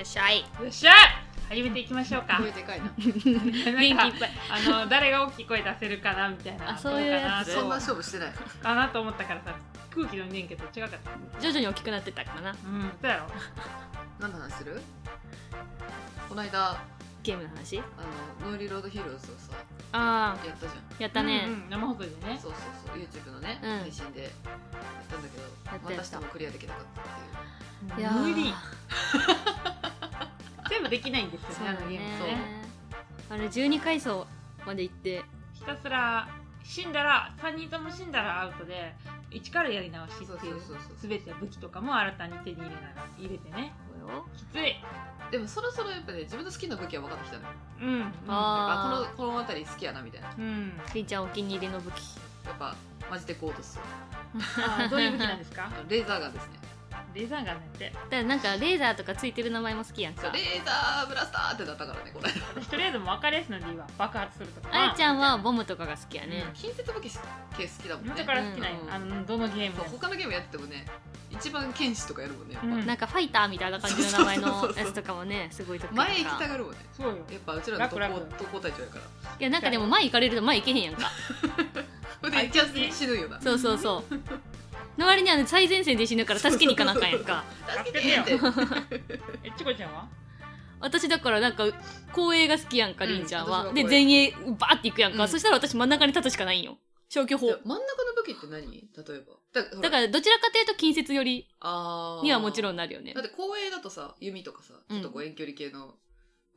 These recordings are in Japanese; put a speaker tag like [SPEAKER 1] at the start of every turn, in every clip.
[SPEAKER 1] っしゃい。
[SPEAKER 2] よっしゃ始めていきましょうか
[SPEAKER 3] 声でかいな。
[SPEAKER 1] 元気いっ
[SPEAKER 2] なんか
[SPEAKER 1] ぱい。
[SPEAKER 2] あの誰が大きい声出せるかなみたいな
[SPEAKER 1] あそういうやつ
[SPEAKER 2] ど
[SPEAKER 3] そん
[SPEAKER 2] う
[SPEAKER 3] な
[SPEAKER 2] かなと
[SPEAKER 3] 勝負してない。
[SPEAKER 2] かなと思ったからさ空気の人間と違かった
[SPEAKER 1] 徐々に大きくなってったかな。
[SPEAKER 2] うんそうやろ
[SPEAKER 3] 何の話するこの間、あ
[SPEAKER 1] ゲームの話。
[SPEAKER 3] の、ノーリロードヒーローズをさ、
[SPEAKER 1] あ
[SPEAKER 3] やったじゃ
[SPEAKER 1] あ、やったね
[SPEAKER 2] うん。うん生放送で
[SPEAKER 3] ん。
[SPEAKER 2] ね
[SPEAKER 3] そうそうそう、YouTube のね、
[SPEAKER 1] うん
[SPEAKER 3] 配信でやったんだけど、
[SPEAKER 1] やった
[SPEAKER 3] ま
[SPEAKER 1] や
[SPEAKER 3] た
[SPEAKER 1] っ
[SPEAKER 3] したてもクリアできなかったって
[SPEAKER 1] いやー
[SPEAKER 2] 無理 全部できないんですよね
[SPEAKER 1] そう
[SPEAKER 2] あ
[SPEAKER 1] だ
[SPEAKER 2] のゲー
[SPEAKER 1] ね
[SPEAKER 2] ム
[SPEAKER 3] そう
[SPEAKER 2] ね。
[SPEAKER 1] あれ十二階層まで行って。
[SPEAKER 2] ひたすら死んだら3人とも死んだらアウトで一からやり直し
[SPEAKER 3] いう。
[SPEAKER 2] っ
[SPEAKER 3] そう
[SPEAKER 2] てい
[SPEAKER 3] そううそうそう。
[SPEAKER 2] 全ての武器とかも新たに手に入れな入れてね
[SPEAKER 1] これを
[SPEAKER 2] きつい
[SPEAKER 3] でもそろそろやっぱね、自分の好きな武器は分かってきたのよ。
[SPEAKER 2] うん
[SPEAKER 1] あ
[SPEAKER 3] あ
[SPEAKER 1] ー
[SPEAKER 3] この、この辺り好きやなみたいな。
[SPEAKER 2] うん
[SPEAKER 1] りんちゃんお気に入りの武器。
[SPEAKER 3] やっぱ、マジでゴードス。
[SPEAKER 2] あーどういう武器なんですか
[SPEAKER 3] あのレーザーガンですね。
[SPEAKER 2] レーザーガンなんて
[SPEAKER 1] だからなんかレーザーとかついてる名前も好きやん
[SPEAKER 3] そう
[SPEAKER 1] か
[SPEAKER 3] レ。ーザーブラスターってなったからね、これ。
[SPEAKER 2] 私とりあえずもう分かりやすいのでいいわ爆発するとか
[SPEAKER 1] あやちゃんはボムとかが好きやね。
[SPEAKER 3] 近接武器系好きだもん
[SPEAKER 2] う
[SPEAKER 3] ね。
[SPEAKER 2] んだから好きなんや
[SPEAKER 3] うん
[SPEAKER 2] あのどのゲーム
[SPEAKER 3] そ
[SPEAKER 2] で
[SPEAKER 3] う
[SPEAKER 2] も
[SPEAKER 3] 他のゲームやっててもね一番剣士とかやるもんねやっぱ、
[SPEAKER 2] うん
[SPEAKER 1] なんかファイターみたいな感じの名前のやつとかも ねすごい得意だから
[SPEAKER 3] 前行きたがるもんね
[SPEAKER 2] そうよ
[SPEAKER 3] やっぱうちらの特攻
[SPEAKER 2] 楽々
[SPEAKER 3] 特攻隊長やから
[SPEAKER 1] いやなんかでも前行かれると前行けへんやんか
[SPEAKER 3] それで一発死ぬよな
[SPEAKER 1] そうそう そうの割にあの最前線で死ぬから助けに行かなあかんやんか
[SPEAKER 3] 助けてって
[SPEAKER 2] 助えちこちゃんは
[SPEAKER 1] 私だからなんか光栄が好きやんかりんちゃん
[SPEAKER 3] う
[SPEAKER 1] は、
[SPEAKER 3] ん私
[SPEAKER 1] で
[SPEAKER 3] は
[SPEAKER 1] 前衛バーって行くやんか、
[SPEAKER 3] うん
[SPEAKER 1] そしたら私真ん中に立つしかないんよ消去法
[SPEAKER 3] いや真ん中の武器って何例えばだほ
[SPEAKER 1] だからどちらかというと近接寄り
[SPEAKER 3] あー
[SPEAKER 1] にはもちろんなるよね
[SPEAKER 3] だって光栄だとさ弓とかさ
[SPEAKER 1] う
[SPEAKER 3] ち
[SPEAKER 1] ん
[SPEAKER 3] ょっとこう遠距離系の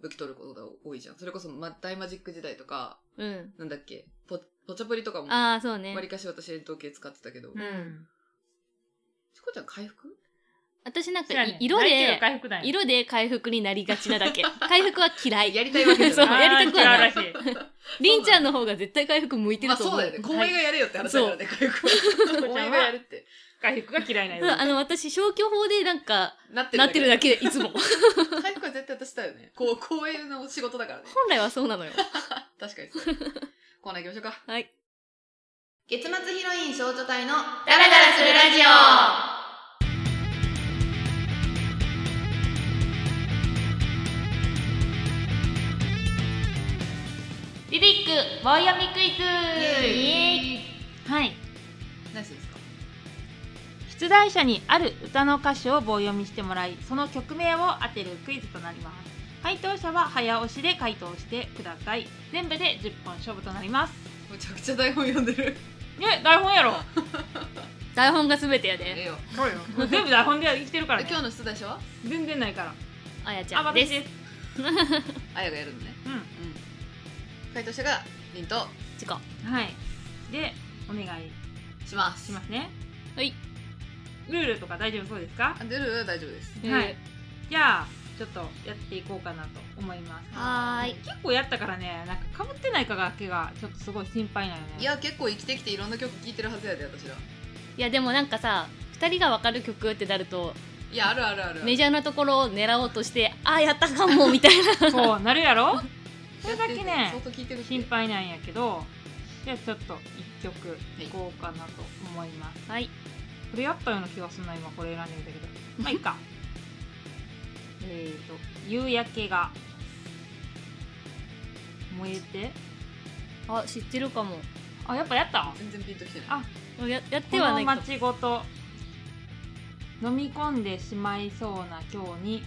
[SPEAKER 3] 武器取ることが多いじゃん、それこそ、ま、大マジック時代とか
[SPEAKER 1] うん
[SPEAKER 3] なんだっけポポチャプリとかもわ
[SPEAKER 1] ああそうね
[SPEAKER 3] りかし私連投系使ってたけど、
[SPEAKER 1] ん
[SPEAKER 3] チコちゃん回復
[SPEAKER 1] 私なんか
[SPEAKER 2] そうやね
[SPEAKER 1] い色
[SPEAKER 2] 大地の
[SPEAKER 1] で
[SPEAKER 2] 回復なんや
[SPEAKER 1] 色で回復になりがちな だけ回復は嫌い
[SPEAKER 3] やりたいわけじゃ
[SPEAKER 1] そ
[SPEAKER 3] な
[SPEAKER 1] う
[SPEAKER 3] い
[SPEAKER 1] やりたくはない
[SPEAKER 2] あー素晴らし
[SPEAKER 1] りんちゃんの方が絶対回復向いて
[SPEAKER 3] ま
[SPEAKER 1] る
[SPEAKER 3] あ
[SPEAKER 1] と思,、
[SPEAKER 3] そううだよね光栄がやれよって話だからね回復
[SPEAKER 2] い
[SPEAKER 3] 光栄がやるって
[SPEAKER 2] 回復が嫌いなよ
[SPEAKER 1] そうあの私消去法でなんか
[SPEAKER 3] なってる
[SPEAKER 1] なってるだけいつも
[SPEAKER 3] 回復は絶対私だよね こう光栄の仕事だからね
[SPEAKER 1] 本来はそうなのよ
[SPEAKER 3] 確かに そうコーナー行きましょうか
[SPEAKER 1] はい
[SPEAKER 3] 月末ヒロイン少女隊の
[SPEAKER 1] ダラダラするラジリリック棒読みクイズ
[SPEAKER 3] イエーイ
[SPEAKER 2] はい
[SPEAKER 3] 何するんですか
[SPEAKER 2] 出題者にある歌の歌詞を棒読みしてもらいその曲名を当てるクイズとなります回答者は早押しで回答してください全部で10本勝負となります
[SPEAKER 3] むちゃくちゃ台本読んでる
[SPEAKER 2] ね台本やろ
[SPEAKER 1] 台本が全てや
[SPEAKER 3] ええ
[SPEAKER 1] で
[SPEAKER 3] よ
[SPEAKER 2] もう全部台本で生きてるから
[SPEAKER 3] で
[SPEAKER 2] ね
[SPEAKER 3] 今日の出題者は
[SPEAKER 2] 全然ないから
[SPEAKER 1] あやち
[SPEAKER 2] あ
[SPEAKER 1] ゃんで
[SPEAKER 2] 私
[SPEAKER 1] す
[SPEAKER 2] です
[SPEAKER 3] あやがやるのね
[SPEAKER 2] う
[SPEAKER 3] うん回答者が凛と
[SPEAKER 1] チコ
[SPEAKER 2] んはいでお願い
[SPEAKER 3] します
[SPEAKER 2] しますね
[SPEAKER 1] はい
[SPEAKER 2] ルールとか大丈夫そうですか
[SPEAKER 3] あ出る大丈夫です
[SPEAKER 2] はいじゃあちょっとやっていこうかなと思います
[SPEAKER 1] はーい
[SPEAKER 2] 結構やったからねなんか被ってないかがけがちょっとすごい心配なのね
[SPEAKER 3] いや結構生きてきていろんな曲聴いてるはずやで私ら
[SPEAKER 1] いやでもなんかさ2人が分かる曲ってなると
[SPEAKER 3] いやあるあるある
[SPEAKER 1] メジャーなところを狙おうとしてああやったかもみたいな
[SPEAKER 2] そうなるやろそれ
[SPEAKER 3] やっ
[SPEAKER 2] だ
[SPEAKER 3] て
[SPEAKER 2] け
[SPEAKER 3] て
[SPEAKER 2] ね
[SPEAKER 3] 相当聴いてるし
[SPEAKER 2] 心配なんやけどじゃあちょっと1曲
[SPEAKER 3] い
[SPEAKER 2] いこうかなと思います
[SPEAKER 1] はい
[SPEAKER 2] これやったような気がすんな今これ選んでみたけどまあいい かえっと「夕焼けが燃えて
[SPEAKER 1] あ知ってるかも」
[SPEAKER 2] あやっぱやった
[SPEAKER 3] 全然ピンときてない
[SPEAKER 2] あ
[SPEAKER 1] ややっ
[SPEAKER 2] こ
[SPEAKER 1] てはな
[SPEAKER 2] の
[SPEAKER 1] いかも
[SPEAKER 2] 街ごと飲み込んでしまいそうな今日に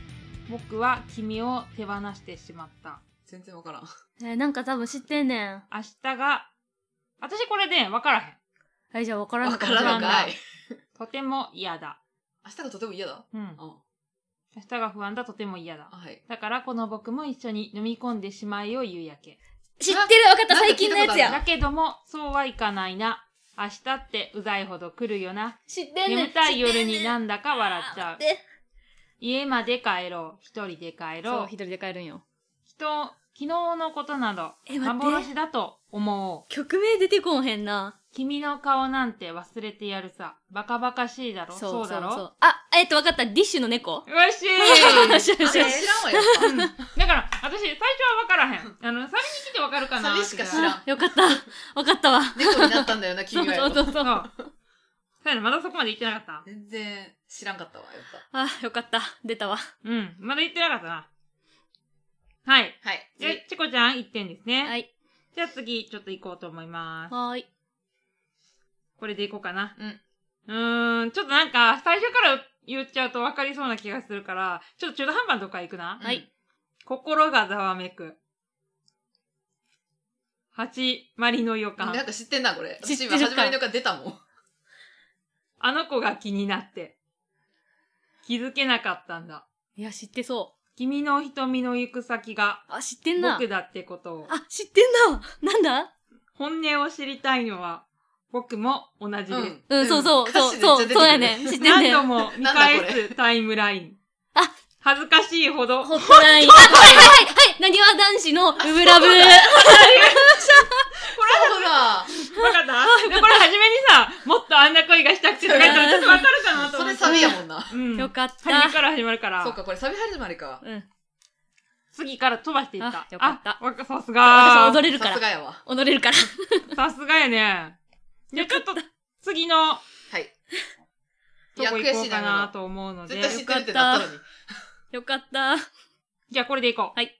[SPEAKER 2] 僕は君を手放してしまった
[SPEAKER 3] 全然わからん
[SPEAKER 1] えーなんか多分知ってんねん
[SPEAKER 2] 明日が私これで分からへん
[SPEAKER 1] はいじゃあ分からん
[SPEAKER 3] わか
[SPEAKER 1] かも
[SPEAKER 3] らんのかい
[SPEAKER 2] とても嫌だ
[SPEAKER 3] 明日がとても嫌だ
[SPEAKER 2] うん
[SPEAKER 3] うん
[SPEAKER 2] 明日が不安だとても嫌だ
[SPEAKER 3] あはい
[SPEAKER 2] だからこの僕も一緒に飲み込んでしまいよ夕焼け
[SPEAKER 1] 知ってる分かっ
[SPEAKER 3] な
[SPEAKER 1] た
[SPEAKER 3] んか
[SPEAKER 1] 最近のや
[SPEAKER 3] 聞い
[SPEAKER 1] つ
[SPEAKER 3] たことあ
[SPEAKER 1] や
[SPEAKER 2] だけどもそうはいかないな明日ってうざいほど来るよな
[SPEAKER 1] 知ってんねん
[SPEAKER 2] 眠たい夜
[SPEAKER 1] 知ってんね
[SPEAKER 2] に
[SPEAKER 1] ん
[SPEAKER 2] なんだか笑っちゃう
[SPEAKER 1] あ待って
[SPEAKER 2] 家まで帰ろう一人で
[SPEAKER 1] そ
[SPEAKER 2] 帰ろ
[SPEAKER 1] う
[SPEAKER 2] う
[SPEAKER 1] 一人で帰るんよ
[SPEAKER 2] 人昨日のことなど
[SPEAKER 1] え待って
[SPEAKER 2] 幻だと思おう
[SPEAKER 1] 曲名出てこんへんな
[SPEAKER 2] 君の顔なんて忘れてやるさバカバカしいだろそうだろ
[SPEAKER 1] あえっと分かったディッシュの猫
[SPEAKER 2] よしー
[SPEAKER 1] 知らん
[SPEAKER 3] あ
[SPEAKER 1] 知
[SPEAKER 3] 知らん
[SPEAKER 1] らん
[SPEAKER 3] わやっぱ
[SPEAKER 2] うんだから私最初は分からへんあのサビに来て分かるかな
[SPEAKER 3] サビしか知らん
[SPEAKER 1] あよかった分かったわ
[SPEAKER 3] 猫になったんだよな、
[SPEAKER 1] そう
[SPEAKER 3] 君はよ。
[SPEAKER 1] そうそうそう
[SPEAKER 2] そうそうやね、まだそこまで言ってなかっ
[SPEAKER 3] 全然知らんかったわ、やった
[SPEAKER 1] あー、よかった。出たわ。
[SPEAKER 2] たうん、まだ言ってなかったな。はい。。
[SPEAKER 3] はい。
[SPEAKER 2] じゃあ、チコちゃん1点ですね。
[SPEAKER 1] はい。
[SPEAKER 2] じゃあ次、ちょっと行こうと思います。
[SPEAKER 1] はーい。
[SPEAKER 2] これで行こうかな。
[SPEAKER 3] うん。
[SPEAKER 2] うーん、ちょっとなんか、最初から言っちゃうと分かりそうな気がするから、ちょっと中途半端なとこから行くな。
[SPEAKER 1] はい。
[SPEAKER 2] 心がざわめく。始まりの予感
[SPEAKER 3] なん。か知ってんな、これ。
[SPEAKER 1] 知っ
[SPEAKER 3] 私
[SPEAKER 1] てる
[SPEAKER 3] 今
[SPEAKER 1] か
[SPEAKER 3] 始まりのか出たもん。
[SPEAKER 2] あの子が気になって。気づけなかったんだ。
[SPEAKER 1] いや、知ってそ
[SPEAKER 2] 君の瞳の行く先が
[SPEAKER 1] う。あ、知ってんな。
[SPEAKER 2] 僕だってことを。
[SPEAKER 1] あ、知ってんな。なんだ
[SPEAKER 2] 本音を知りたいのは僕も同じです。
[SPEAKER 1] うん、そうそう、
[SPEAKER 3] 歌
[SPEAKER 1] そう、
[SPEAKER 3] 詞めっ
[SPEAKER 1] そ
[SPEAKER 3] ちゃ出
[SPEAKER 1] う、
[SPEAKER 3] てくる
[SPEAKER 1] そうやねん。知ってんね
[SPEAKER 2] 何
[SPEAKER 1] ん。
[SPEAKER 2] 度も見返すタイムライン。
[SPEAKER 1] あ
[SPEAKER 2] 恥ずかしいほど。
[SPEAKER 1] ホットライン。あはいはいはいなにわ男子のウブラブ。
[SPEAKER 3] そうだ
[SPEAKER 2] わかったでこれ初めにさ、もっとあんな恋がしたくてとか言ったらちょっとわかるかなと
[SPEAKER 3] そ
[SPEAKER 2] 思っ
[SPEAKER 3] れ
[SPEAKER 2] て。
[SPEAKER 3] サビやもんな。
[SPEAKER 2] うん。
[SPEAKER 1] よかっ
[SPEAKER 2] 初め
[SPEAKER 1] た。
[SPEAKER 2] から始まるから。
[SPEAKER 3] そうか、これサビ始まりか。
[SPEAKER 1] うん。
[SPEAKER 2] 次から飛ばしていった。
[SPEAKER 1] あよかった
[SPEAKER 2] あわかさ
[SPEAKER 1] 私
[SPEAKER 2] す
[SPEAKER 1] 踊
[SPEAKER 2] が。
[SPEAKER 1] れるか
[SPEAKER 3] さす
[SPEAKER 1] ら。
[SPEAKER 3] がやわ。
[SPEAKER 1] 踊れるから。
[SPEAKER 2] さすがやね。じゃあちょっと次の
[SPEAKER 3] はい。
[SPEAKER 2] と
[SPEAKER 3] いや、
[SPEAKER 2] こ
[SPEAKER 3] 悔
[SPEAKER 2] 行こ
[SPEAKER 3] し
[SPEAKER 2] う
[SPEAKER 3] いな、
[SPEAKER 2] かな
[SPEAKER 3] 今の
[SPEAKER 2] と思うので
[SPEAKER 3] 絶。対知ってるってなったのに。
[SPEAKER 1] よかった。
[SPEAKER 2] じゃあこれでいこう。
[SPEAKER 1] はい。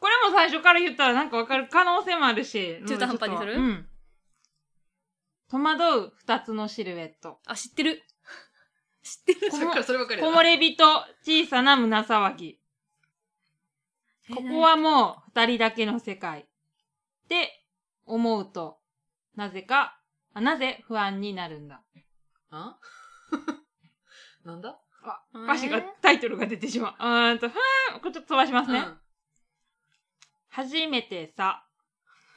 [SPEAKER 2] これも最初から言ったらなんかわかる可能性もあるし。
[SPEAKER 1] 中途半端にする
[SPEAKER 2] うん。戸惑う二つのシルエット。
[SPEAKER 1] あ、知ってる。知ってる。
[SPEAKER 3] そっからそればっかりや
[SPEAKER 2] 木
[SPEAKER 3] な
[SPEAKER 2] 漏れ日と小さな胸騒ぎ。ここはもう二人だけの世界。って思うと、なぜか、あなぜ不安になるんだ。
[SPEAKER 3] あ なんだ
[SPEAKER 1] えー、
[SPEAKER 2] 歌詞が、タイトルが出てしまう。うーんと、ふーん、これちょっと飛ばしますね。
[SPEAKER 3] うん
[SPEAKER 2] 初めてさ、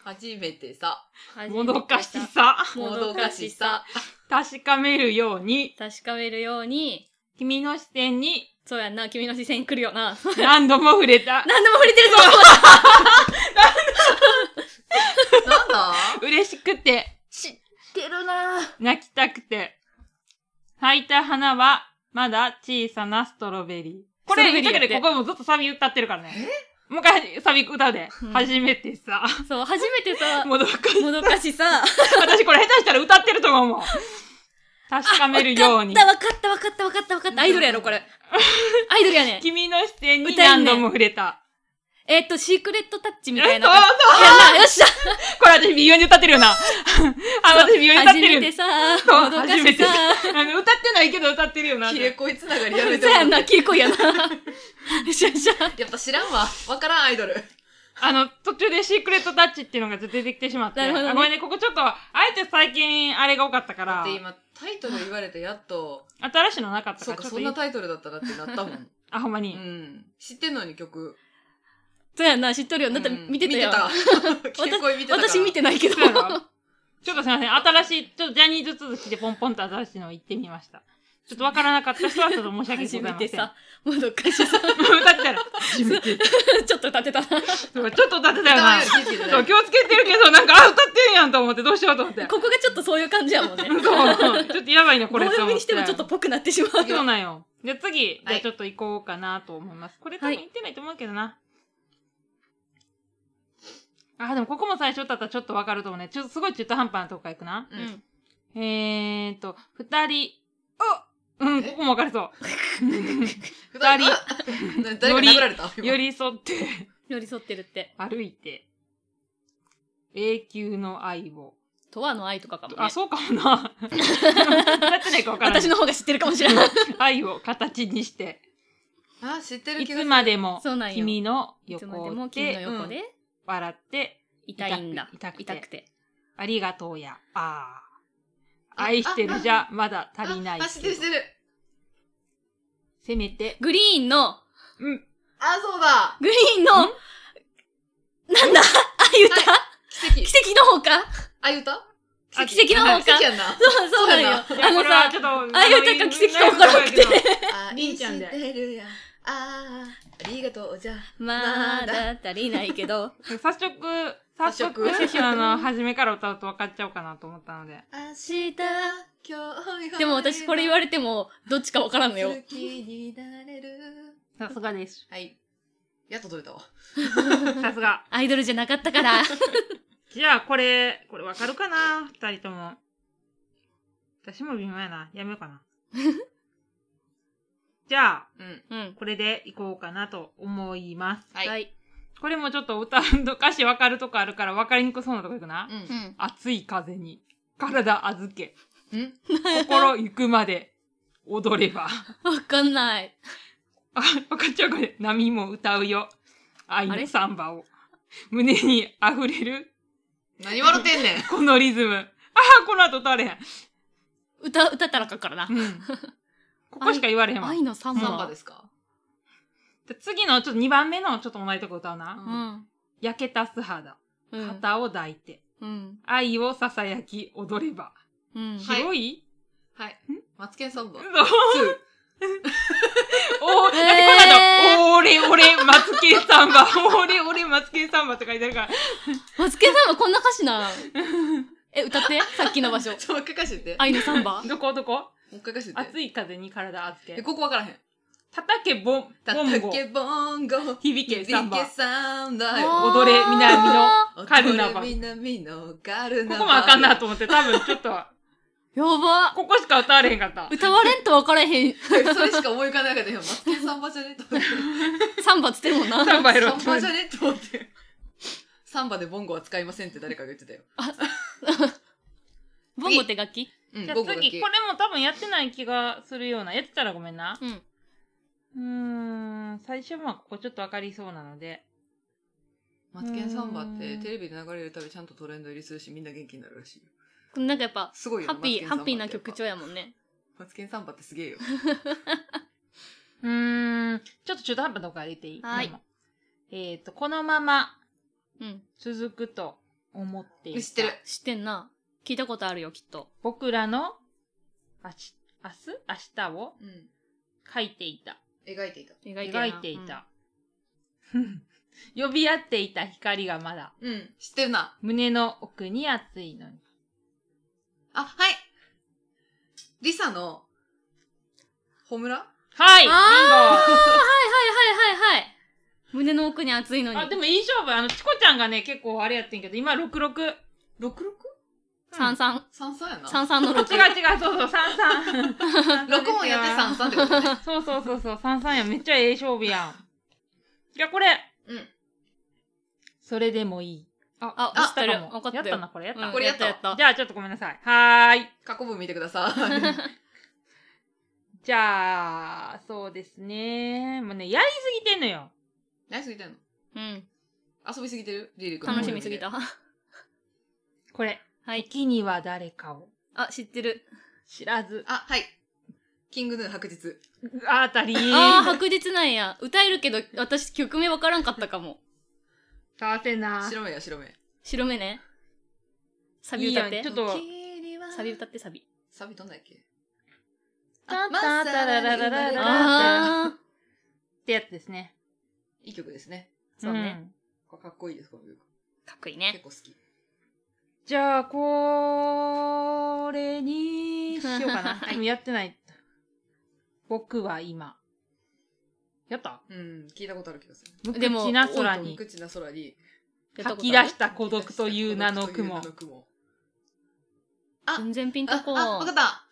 [SPEAKER 3] 初めてさ、
[SPEAKER 2] もどかし
[SPEAKER 1] 初めて知っ
[SPEAKER 2] さ、
[SPEAKER 1] た。
[SPEAKER 3] もどかしさ。
[SPEAKER 2] 確かめるように、
[SPEAKER 1] 確かめるように、
[SPEAKER 2] 君の視線に
[SPEAKER 1] そうやんな、君の視線来るよな。
[SPEAKER 2] 何度も触れ た。
[SPEAKER 1] 何でも触れてるぞ
[SPEAKER 3] なんだ
[SPEAKER 2] 嬉しくて、
[SPEAKER 1] 知ってるな
[SPEAKER 2] 泣きたくて。咲いた花は、まだ小さなストロベリー。こ
[SPEAKER 1] スト
[SPEAKER 2] れ、
[SPEAKER 1] ロベリ
[SPEAKER 2] だ
[SPEAKER 1] ーや
[SPEAKER 2] け
[SPEAKER 1] って
[SPEAKER 2] でここもずっとサビ歌ってるからね。もう一回サビ歌うで。
[SPEAKER 1] うん
[SPEAKER 2] 初めてさ、
[SPEAKER 1] そう、初めてさ、
[SPEAKER 2] もどかしい。
[SPEAKER 1] もどかしさ。
[SPEAKER 2] 私これ下手したら歌ってると思うもん。確かめるように
[SPEAKER 1] あ。わかったわかったわかったわかったわかった。アイドルやろ、こ れ。アイドルやねん。
[SPEAKER 2] 君の視線に
[SPEAKER 1] 歌えんね
[SPEAKER 2] 何度も触れた。
[SPEAKER 1] えーっと、シークレットタッチみたいな。
[SPEAKER 2] え
[SPEAKER 1] や
[SPEAKER 2] そう
[SPEAKER 1] な、よっしゃ
[SPEAKER 2] そうこれ私微妙に歌ってる よな。あ、私微妙に歌っ
[SPEAKER 1] 初
[SPEAKER 2] てる
[SPEAKER 1] め
[SPEAKER 2] よ
[SPEAKER 1] て
[SPEAKER 2] ね。
[SPEAKER 1] さ、
[SPEAKER 2] そう
[SPEAKER 1] もどか
[SPEAKER 2] 初め
[SPEAKER 1] してさ。
[SPEAKER 2] あの歌ってないけど歌ってるよな。
[SPEAKER 3] 消え恋つながりや
[SPEAKER 1] そ
[SPEAKER 3] め
[SPEAKER 1] う
[SPEAKER 3] ても
[SPEAKER 1] やんな、キーコやな。よっしゃよっしゃ。
[SPEAKER 3] やっぱ知らんわ。わからんアイドル。
[SPEAKER 2] あの、途中でシークレットタッチっていうのが出てきてしまって。
[SPEAKER 1] なるほどね
[SPEAKER 2] あごめんね、ここちょっと、あえて最近あれが多かったか
[SPEAKER 3] だ
[SPEAKER 2] ら
[SPEAKER 3] って、今、タイトル言われてやっと、
[SPEAKER 2] 新しいのなかった
[SPEAKER 3] そう
[SPEAKER 2] から、
[SPEAKER 3] か、
[SPEAKER 2] ちょっ
[SPEAKER 3] そ
[SPEAKER 2] と
[SPEAKER 3] ん
[SPEAKER 2] い
[SPEAKER 3] なタイトルだったなってなったもん。
[SPEAKER 2] あ、ほんま
[SPEAKER 3] う
[SPEAKER 2] に。
[SPEAKER 3] ん。知ってんのに曲。
[SPEAKER 1] そうやんな、知っとるよ。だって
[SPEAKER 3] うん
[SPEAKER 1] 見てたよ。
[SPEAKER 3] 見てた。消え恋見てたから。
[SPEAKER 1] 私見てないけど
[SPEAKER 2] そう。やろちょっとすいません、新しい、ちょっとジャニーズ続きでポンポンと新しいの行ってみました。ちょっとわからなかった人はちょっと申し訳ござ
[SPEAKER 1] 初め
[SPEAKER 2] いません。め
[SPEAKER 1] て
[SPEAKER 2] てさ
[SPEAKER 1] さ、もどかしさ。
[SPEAKER 2] 歌ってたら、初めて。
[SPEAKER 1] ちょっと歌ってたな。
[SPEAKER 2] そうちょっと歌ってたよ
[SPEAKER 3] 歌わんよ。
[SPEAKER 2] な
[SPEAKER 3] り聞いてな
[SPEAKER 2] そう、
[SPEAKER 3] い
[SPEAKER 2] 気をつけてるけど、なんか、あ、歌ってんやんと思って、どうしようと思って。
[SPEAKER 1] ここがちょっとそういう感じやもんね。
[SPEAKER 2] そう、ちょっとやばいね、こ
[SPEAKER 1] こ
[SPEAKER 2] れ。
[SPEAKER 1] れ読みにしてもちょっとぽくなってしまう。
[SPEAKER 2] そうなんよ。じゃあ次、
[SPEAKER 3] は
[SPEAKER 2] じゃ
[SPEAKER 3] い
[SPEAKER 2] あちょっと行こうかなと思います。これ多
[SPEAKER 1] は
[SPEAKER 2] 分
[SPEAKER 1] い
[SPEAKER 2] 行ってないと思うけどな。あ、でもここも最初だったらちょっとわかると思うね。ちょっとすごい中途半端なとこから行くな。
[SPEAKER 3] う。
[SPEAKER 1] うんん。
[SPEAKER 2] えーと、二人、おうん、
[SPEAKER 3] え
[SPEAKER 2] ここもわか るそう。
[SPEAKER 3] 二
[SPEAKER 2] 人
[SPEAKER 3] 人。な 誰か殴られた
[SPEAKER 2] 寄
[SPEAKER 3] 今
[SPEAKER 2] り添って、
[SPEAKER 1] 寄り添ってるって。
[SPEAKER 2] 歩いて、永久の愛を。
[SPEAKER 1] とわの愛とかかもね
[SPEAKER 2] あ、。そうかも な。歌ってないかわからない。
[SPEAKER 1] 私の方が知ってるかもしれない。
[SPEAKER 2] 愛を形 にして、
[SPEAKER 3] あ、知ってる
[SPEAKER 2] い
[SPEAKER 3] 気がす
[SPEAKER 2] つ
[SPEAKER 3] る。
[SPEAKER 2] までも
[SPEAKER 1] そうなんよ
[SPEAKER 2] 君の
[SPEAKER 1] いつまで
[SPEAKER 2] 横
[SPEAKER 1] も君の
[SPEAKER 2] で
[SPEAKER 1] 横で
[SPEAKER 2] 笑って、
[SPEAKER 1] 痛いんだ。
[SPEAKER 2] 痛くて
[SPEAKER 1] 痛くて。
[SPEAKER 2] ありがとうや、ああ。
[SPEAKER 3] あ
[SPEAKER 2] 愛してるじゃ、まだ足りない
[SPEAKER 3] あ、あ知ってる知ってる。
[SPEAKER 2] せめて、
[SPEAKER 1] グリーンの、
[SPEAKER 2] うん、
[SPEAKER 3] あ、そうだ。
[SPEAKER 1] グリーンの、
[SPEAKER 2] ん
[SPEAKER 1] なんだあ、言った、
[SPEAKER 3] は奇跡。
[SPEAKER 1] 奇跡の方か
[SPEAKER 3] あ、言うた
[SPEAKER 1] 奇跡奇跡の方
[SPEAKER 3] 奇
[SPEAKER 1] か
[SPEAKER 3] 跡やんな。
[SPEAKER 1] そう、そうなんよ。
[SPEAKER 3] そうやな
[SPEAKER 1] あ
[SPEAKER 2] いやこ
[SPEAKER 1] の
[SPEAKER 2] れは
[SPEAKER 1] さ
[SPEAKER 2] ちょ、っと、
[SPEAKER 1] あいう歌が奇跡か分からなくて
[SPEAKER 3] あ
[SPEAKER 2] りんちゃんで
[SPEAKER 3] 知ってるやん。あー、ありがとうじゃ。
[SPEAKER 1] まだ足りないけど、
[SPEAKER 2] 早速、早速、
[SPEAKER 3] 早速
[SPEAKER 2] あの、初めから歌うと分かっちゃうかなと思ったので。
[SPEAKER 3] 明日、今日
[SPEAKER 1] でも私これ言われても、どっちかわからんのよ。
[SPEAKER 3] 好きになれる。
[SPEAKER 2] さすがです。
[SPEAKER 3] はい。やっと取れたわ。
[SPEAKER 2] さすが。
[SPEAKER 1] アイドルじゃなかったから。
[SPEAKER 2] じゃあ、これ、これ分かるかな二人とも。私も微妙やな。やめようかな。じゃあ、
[SPEAKER 3] うん。
[SPEAKER 1] うん。
[SPEAKER 2] これでいこうかなと思います。
[SPEAKER 3] はい。
[SPEAKER 1] はい。
[SPEAKER 2] これもちょっと歌うと歌詞わかるとこあるから分かりにくそうなとこいくな。
[SPEAKER 3] うん
[SPEAKER 1] う。ん。
[SPEAKER 2] 暑い風に体預け、
[SPEAKER 3] うん
[SPEAKER 2] 心ゆくまで 踊れば。
[SPEAKER 1] わかんない。
[SPEAKER 2] あ、分かっちゃうこれ。波も歌うよ。愛のサンバを。胸に溢れる、
[SPEAKER 3] 何笑ってんねん。
[SPEAKER 2] このリズム。ああ、この後歌われ へん。
[SPEAKER 1] 歌、歌ったらあかんからな。
[SPEAKER 2] うん。ここしか言われへんわ。
[SPEAKER 1] 愛のサン
[SPEAKER 3] サンバ
[SPEAKER 1] バ
[SPEAKER 3] で。すか
[SPEAKER 2] じゃあ次のちょっと2番目のちょっと同じとこ歌うな。
[SPEAKER 3] う
[SPEAKER 1] うん。
[SPEAKER 2] 焼けた素肌、
[SPEAKER 1] うん。
[SPEAKER 2] 旗を抱いて、
[SPEAKER 1] うん。
[SPEAKER 2] 愛をささやき踊れば。
[SPEAKER 1] うん。
[SPEAKER 3] はい
[SPEAKER 2] 広い、
[SPEAKER 3] はい。マツケンサ ンバ。
[SPEAKER 2] そうおー、だってこ
[SPEAKER 1] え
[SPEAKER 2] の後、オーレオレマツケンサンバ、オーレオレマツケンサンバって書いてあるから、
[SPEAKER 1] マツケンサンバこんな歌詞なんえ、歌ってさっきの場所。
[SPEAKER 3] ちょ、もう一回歌詞言って。も
[SPEAKER 1] 愛のサン バ
[SPEAKER 2] どこどこ
[SPEAKER 3] う一回歌詞言って。
[SPEAKER 2] 熱い風に体預
[SPEAKER 3] え、
[SPEAKER 2] け。
[SPEAKER 3] ここわからへん。
[SPEAKER 2] 叩けボン、
[SPEAKER 3] た
[SPEAKER 2] ボン
[SPEAKER 3] た
[SPEAKER 2] ゴ、
[SPEAKER 3] けボンゴ。
[SPEAKER 2] 響けサン
[SPEAKER 3] ビ
[SPEAKER 2] バ
[SPEAKER 3] ケ。サンバよ。
[SPEAKER 1] あー
[SPEAKER 2] 踊れ南のカルナバ
[SPEAKER 3] 踊れ南のカル
[SPEAKER 2] こ
[SPEAKER 3] ナバ。
[SPEAKER 2] こもあかんなと思って、多分ちょっと、
[SPEAKER 1] やば。
[SPEAKER 2] ここしか歌われへんかった。
[SPEAKER 1] 歌われんと分からへん。
[SPEAKER 3] それしか思い浮かんなかったよ。マツケンサンバじゃねと思って。
[SPEAKER 1] サンバつってるもんな。
[SPEAKER 2] サンバやろ
[SPEAKER 3] サ
[SPEAKER 2] う
[SPEAKER 3] ンバじゃねと思って。サンバでボンゴは使いませんって誰かが言ってたよ。
[SPEAKER 1] ボンゴって楽器
[SPEAKER 3] うん、
[SPEAKER 2] じゃあ
[SPEAKER 3] ボンゴだけ
[SPEAKER 2] 次、こ。れも多分やってない気がするような。やってたらごめんな。
[SPEAKER 1] うん。
[SPEAKER 2] うーん、最初はまあここちょっとわかりそうなので。
[SPEAKER 3] マツケンサンバってテレビで流れるたびちゃんとトレンド入りするし、みんな元気になるらしいよ。
[SPEAKER 1] なんかやっぱ、
[SPEAKER 3] すごいよ
[SPEAKER 1] ハ
[SPEAKER 3] ね。
[SPEAKER 1] ッピー、ハッピーな
[SPEAKER 3] マツケンサンバってやっぱ
[SPEAKER 1] 曲調やもんね。
[SPEAKER 3] マツケンサンバってすげえよ。
[SPEAKER 2] うーん、ちょっと中途半端なとこ歩いていい
[SPEAKER 1] はい
[SPEAKER 2] でもえっ、と、このまま
[SPEAKER 1] うん。
[SPEAKER 2] 続くと思っていた
[SPEAKER 3] 知ってる。
[SPEAKER 1] 知ってんな。聞いたことあるよ、きっと。
[SPEAKER 2] 僕らのあし明日明日を
[SPEAKER 3] うん。
[SPEAKER 2] 書いていた。
[SPEAKER 3] 描いていた。
[SPEAKER 1] 描いて
[SPEAKER 2] 描いていた。 呼び合っていた光がまだ
[SPEAKER 3] うん。知ってるな。
[SPEAKER 2] 胸の奥に熱いのに。
[SPEAKER 3] あ、はい。リサの、ホムラ
[SPEAKER 2] は
[SPEAKER 1] あー
[SPEAKER 2] いビンゴ
[SPEAKER 1] はいはいはいはい。胸の奥に熱いのに。
[SPEAKER 2] あ、でもいい勝負。あの、チコちゃんがね、結構あれやってんけど、今66。
[SPEAKER 3] ?66?33
[SPEAKER 1] 三三
[SPEAKER 3] やな。
[SPEAKER 1] 三三の
[SPEAKER 2] 違
[SPEAKER 1] 六。
[SPEAKER 2] う違う、そうそう、三三。
[SPEAKER 3] 6音やって33ってことね。
[SPEAKER 2] 三。そうそうそうそう、三三やん、めっちゃええ勝負やん。じゃあこれ、
[SPEAKER 3] うん。
[SPEAKER 2] それでもいい。あ、
[SPEAKER 1] あ
[SPEAKER 2] やった
[SPEAKER 1] 知って
[SPEAKER 2] か
[SPEAKER 1] る
[SPEAKER 2] も。
[SPEAKER 1] 分かったよ
[SPEAKER 2] やった な、これやった。
[SPEAKER 1] うん
[SPEAKER 3] これやった
[SPEAKER 1] やった。
[SPEAKER 2] じゃあちょっとごめんなさい。はーい。
[SPEAKER 3] 過去文見てくだ さい。
[SPEAKER 2] じゃあ、そうですね。もうね、やりすぎてんのよ。
[SPEAKER 3] 何すぎてんの
[SPEAKER 1] うん。
[SPEAKER 3] 遊びすぎてるリリ君。
[SPEAKER 1] 楽しみすぎた。。
[SPEAKER 2] これ。
[SPEAKER 1] はい。
[SPEAKER 2] 時には誰かを
[SPEAKER 1] あ、知ってる。
[SPEAKER 2] 知らず、
[SPEAKER 3] あ、はい。キングヌー白日。
[SPEAKER 2] あたり。
[SPEAKER 1] ああ、白日なんや。歌えるけど、私曲名わからんかったかも。
[SPEAKER 2] させな。
[SPEAKER 3] 白目や白目。
[SPEAKER 1] 白目ね。サビ歌って。
[SPEAKER 2] いいやんちょっと
[SPEAKER 1] サビ歌ってサビ。
[SPEAKER 3] サビどんだっけ
[SPEAKER 2] たたたらららららっ
[SPEAKER 1] ああ。
[SPEAKER 2] てやつですね。
[SPEAKER 3] いい曲ですね。
[SPEAKER 1] そうね。
[SPEAKER 2] ん。
[SPEAKER 3] これかっこいいです、この曲。
[SPEAKER 1] かっこいい
[SPEAKER 3] 結
[SPEAKER 1] ね。
[SPEAKER 3] 構好き。
[SPEAKER 2] じゃあ、これにしよ うかな。でもやってない。僕は今。やった
[SPEAKER 3] うん、聞いたことある気がする。
[SPEAKER 2] 無
[SPEAKER 1] でも
[SPEAKER 2] 口な空に
[SPEAKER 3] 口な空に、
[SPEAKER 1] やったこ
[SPEAKER 2] 吐
[SPEAKER 1] と
[SPEAKER 2] き
[SPEAKER 1] あ
[SPEAKER 2] 出
[SPEAKER 1] る
[SPEAKER 2] した孤独という名の
[SPEAKER 3] 孤独という
[SPEAKER 2] 雲
[SPEAKER 3] 名。の雲あ
[SPEAKER 1] 全然ピンと
[SPEAKER 3] あ、
[SPEAKER 1] こ
[SPEAKER 3] あ、わか
[SPEAKER 1] う
[SPEAKER 3] っ。た。は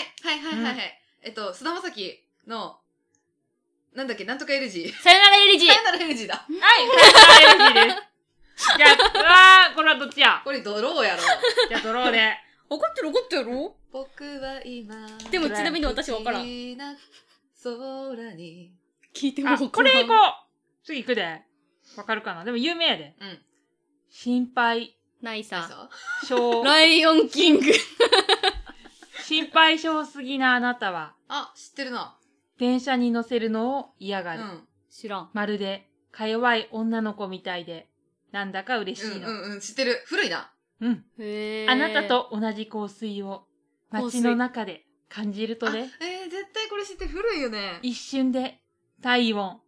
[SPEAKER 3] い、はい、はい、はい、はい。えっと、菅田将暉の、なんだっけ、なんとかエルジー。
[SPEAKER 1] さよならエリジー
[SPEAKER 3] さよならエルジーだ。
[SPEAKER 2] はい、大丈夫です。じゃあ、うわー、これはどっちや
[SPEAKER 3] これドローやろ。
[SPEAKER 2] じゃあ、ドロー で。
[SPEAKER 1] 怒ってる怒ってるろ
[SPEAKER 3] 僕は今。
[SPEAKER 1] でもちなみに私わからん。
[SPEAKER 3] 口な空に。
[SPEAKER 1] 聞いて
[SPEAKER 2] あ、
[SPEAKER 1] も
[SPEAKER 2] これいこ
[SPEAKER 1] う。
[SPEAKER 2] う次行くで。わかるかなでも有名やで。
[SPEAKER 3] うん。
[SPEAKER 2] 心配、
[SPEAKER 1] ないさ。
[SPEAKER 3] さ
[SPEAKER 2] 症、
[SPEAKER 1] ライオンキング。
[SPEAKER 2] 心配性すぎなあなたは、
[SPEAKER 3] あ、知ってるな。
[SPEAKER 2] 電車に乗せるのを嫌
[SPEAKER 3] う
[SPEAKER 2] がる。
[SPEAKER 3] ん。
[SPEAKER 1] 知らん。
[SPEAKER 2] まるで、か弱い女の子みたいで、なんだか嬉
[SPEAKER 3] う
[SPEAKER 2] しい
[SPEAKER 3] ん、
[SPEAKER 2] の。
[SPEAKER 3] う
[SPEAKER 2] うん、
[SPEAKER 3] ん、うん、知ってる。古いな。
[SPEAKER 1] へー
[SPEAKER 2] あなた。と同じ香水を、街の中で感じるとね、
[SPEAKER 3] あえー、絶対これ知ってる古いよね。
[SPEAKER 2] 一瞬で、体温、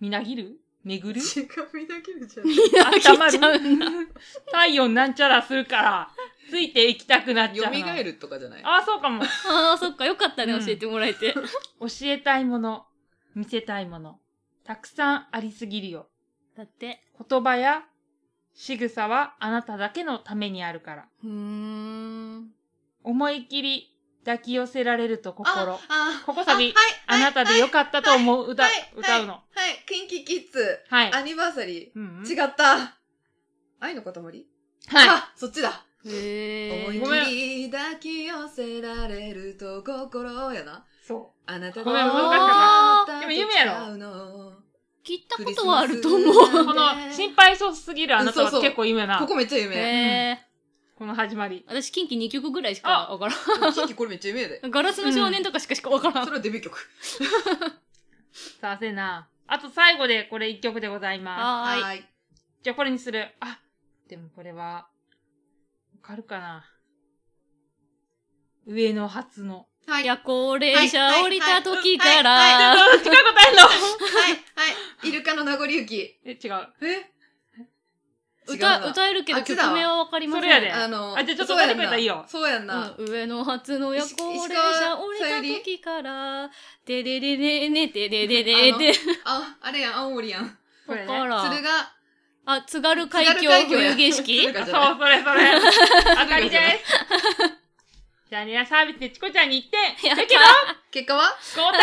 [SPEAKER 2] みなぎる巡 る
[SPEAKER 3] 違う、見だけるじゃん。
[SPEAKER 1] 飽きち
[SPEAKER 2] 頭
[SPEAKER 1] ゃうんだ。
[SPEAKER 2] 体温なんちゃらするから、ついていきたくなっちゃうの。
[SPEAKER 3] 蘇るとかじゃない
[SPEAKER 2] ああ、そうかも。
[SPEAKER 1] ああ、そっか。よかったね。
[SPEAKER 2] うん
[SPEAKER 1] 教えてもらえて。
[SPEAKER 2] 教えたいもの、見せたいもの、たくさんありすぎるよ。
[SPEAKER 1] だって。
[SPEAKER 2] 言葉や仕草はあなただけのためにあるから。
[SPEAKER 1] うーん。
[SPEAKER 2] 思い切り抱き寄せられると心
[SPEAKER 3] あ。あ
[SPEAKER 2] ここサビ
[SPEAKER 3] あはい
[SPEAKER 2] あなたでよかったと思う歌、
[SPEAKER 3] はいはい
[SPEAKER 2] 歌うの。
[SPEAKER 3] はい、はい、キンキキッズ、
[SPEAKER 2] はい。
[SPEAKER 3] アニバーサリ
[SPEAKER 2] う
[SPEAKER 3] ー、
[SPEAKER 2] んうん
[SPEAKER 3] 違った。愛の塊はい。
[SPEAKER 2] はい。
[SPEAKER 3] あ、そっちだ。
[SPEAKER 1] へ
[SPEAKER 3] 思
[SPEAKER 1] え
[SPEAKER 3] い
[SPEAKER 2] ごめん
[SPEAKER 3] 切り抱き寄せられると心やな。
[SPEAKER 2] そ
[SPEAKER 3] あなた
[SPEAKER 2] ごめん難し
[SPEAKER 1] かった
[SPEAKER 2] でも夢やろ
[SPEAKER 3] ろ。
[SPEAKER 1] 聞いたことはあると思
[SPEAKER 3] クリスマ
[SPEAKER 2] う。
[SPEAKER 1] う
[SPEAKER 3] ス
[SPEAKER 2] この、心配そうすぎるあなた
[SPEAKER 3] う
[SPEAKER 2] は
[SPEAKER 3] んそうそう
[SPEAKER 2] 結構夢な。
[SPEAKER 3] ここめっちゃ夢。
[SPEAKER 1] へえ
[SPEAKER 2] この始まり。
[SPEAKER 1] 私キンキ2曲ぐらいしか分からん
[SPEAKER 3] キンキこれめっちゃ夢やで。
[SPEAKER 1] ガラスの少年とかしかしか分からん
[SPEAKER 3] それはデビュー曲。
[SPEAKER 2] させな。あと最後でこれ一曲でございま
[SPEAKER 1] はーい
[SPEAKER 3] い。
[SPEAKER 2] す。じゃあこれにする。あ、でもこれは、わかるかな。上の初の。
[SPEAKER 3] はい。はい。はい。
[SPEAKER 1] 夜行列車降りた時から、
[SPEAKER 3] はい
[SPEAKER 2] あ、違う答えんの
[SPEAKER 3] はい。イルカの名残雪。
[SPEAKER 2] え、違う。
[SPEAKER 3] え
[SPEAKER 1] 歌
[SPEAKER 3] え
[SPEAKER 1] 歌えるけ
[SPEAKER 3] あ
[SPEAKER 1] ど
[SPEAKER 3] っち
[SPEAKER 1] 曲
[SPEAKER 3] だわ
[SPEAKER 1] 名は分かりません
[SPEAKER 2] それやで
[SPEAKER 3] あの、
[SPEAKER 2] あじゃあちょっと
[SPEAKER 3] そうやん
[SPEAKER 2] 歌ってくれたらいいよ
[SPEAKER 3] そうやんな。
[SPEAKER 1] うん上野初の夜行列車降りた時から、ででででね、ででででで、
[SPEAKER 3] あ、あれやん、青森やん。
[SPEAKER 2] これね
[SPEAKER 1] から、
[SPEAKER 3] 鶴が、
[SPEAKER 1] あ、津軽海
[SPEAKER 3] 津
[SPEAKER 1] 峡
[SPEAKER 3] 軽海峡や
[SPEAKER 1] 冬景 色
[SPEAKER 3] 鶴が
[SPEAKER 2] あ
[SPEAKER 3] じ
[SPEAKER 2] そ、
[SPEAKER 3] ゃないう
[SPEAKER 2] それそ れ。あかりです。じゃあね、サービスでチコちゃんに1点。
[SPEAKER 1] や
[SPEAKER 2] だ
[SPEAKER 1] った
[SPEAKER 2] けど、
[SPEAKER 3] 結果は
[SPEAKER 2] 5対4で、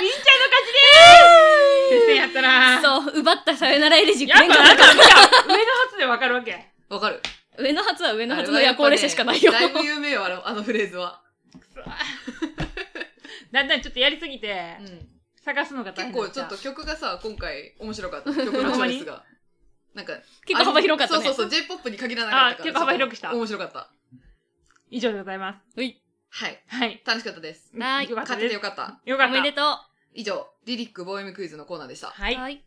[SPEAKER 2] りんち ゃんの勝ちです接戦やったな
[SPEAKER 1] そう、奪ったさよならエレジッ
[SPEAKER 2] やっ
[SPEAKER 1] ク
[SPEAKER 2] ぱ
[SPEAKER 1] ね
[SPEAKER 2] なんか見た上の初でわかるわけ。
[SPEAKER 3] わかる。
[SPEAKER 1] 上野初は上野初の夜行列車しかないよ。
[SPEAKER 3] あれはやっぱねだいぶ有名よ、あのあのフレーズは。
[SPEAKER 2] だんだんちょっとやりすぎて
[SPEAKER 3] う、ん。
[SPEAKER 2] 探すのが
[SPEAKER 3] 結
[SPEAKER 2] 大変だ
[SPEAKER 3] 構
[SPEAKER 2] った
[SPEAKER 3] ちょっと曲がさ、今回面白か った。曲のチョイスが。なんか、
[SPEAKER 1] 結構幅広かったね。
[SPEAKER 3] そうそうそう、J-POP に限らなかったから。
[SPEAKER 2] あ結構幅広くした
[SPEAKER 3] 面白かった。
[SPEAKER 2] 以上でございます。
[SPEAKER 1] はい。
[SPEAKER 3] はい。
[SPEAKER 2] はい。
[SPEAKER 3] 楽しかったです。
[SPEAKER 1] はい
[SPEAKER 2] よかった
[SPEAKER 3] 勝て
[SPEAKER 2] で
[SPEAKER 3] て
[SPEAKER 2] す
[SPEAKER 3] よ。かった。
[SPEAKER 2] よか
[SPEAKER 1] お
[SPEAKER 2] っ
[SPEAKER 1] めで
[SPEAKER 2] た。
[SPEAKER 1] とう。
[SPEAKER 3] 以上、リリックボーイムクイズのコーナーでした。
[SPEAKER 2] はい。
[SPEAKER 1] はい。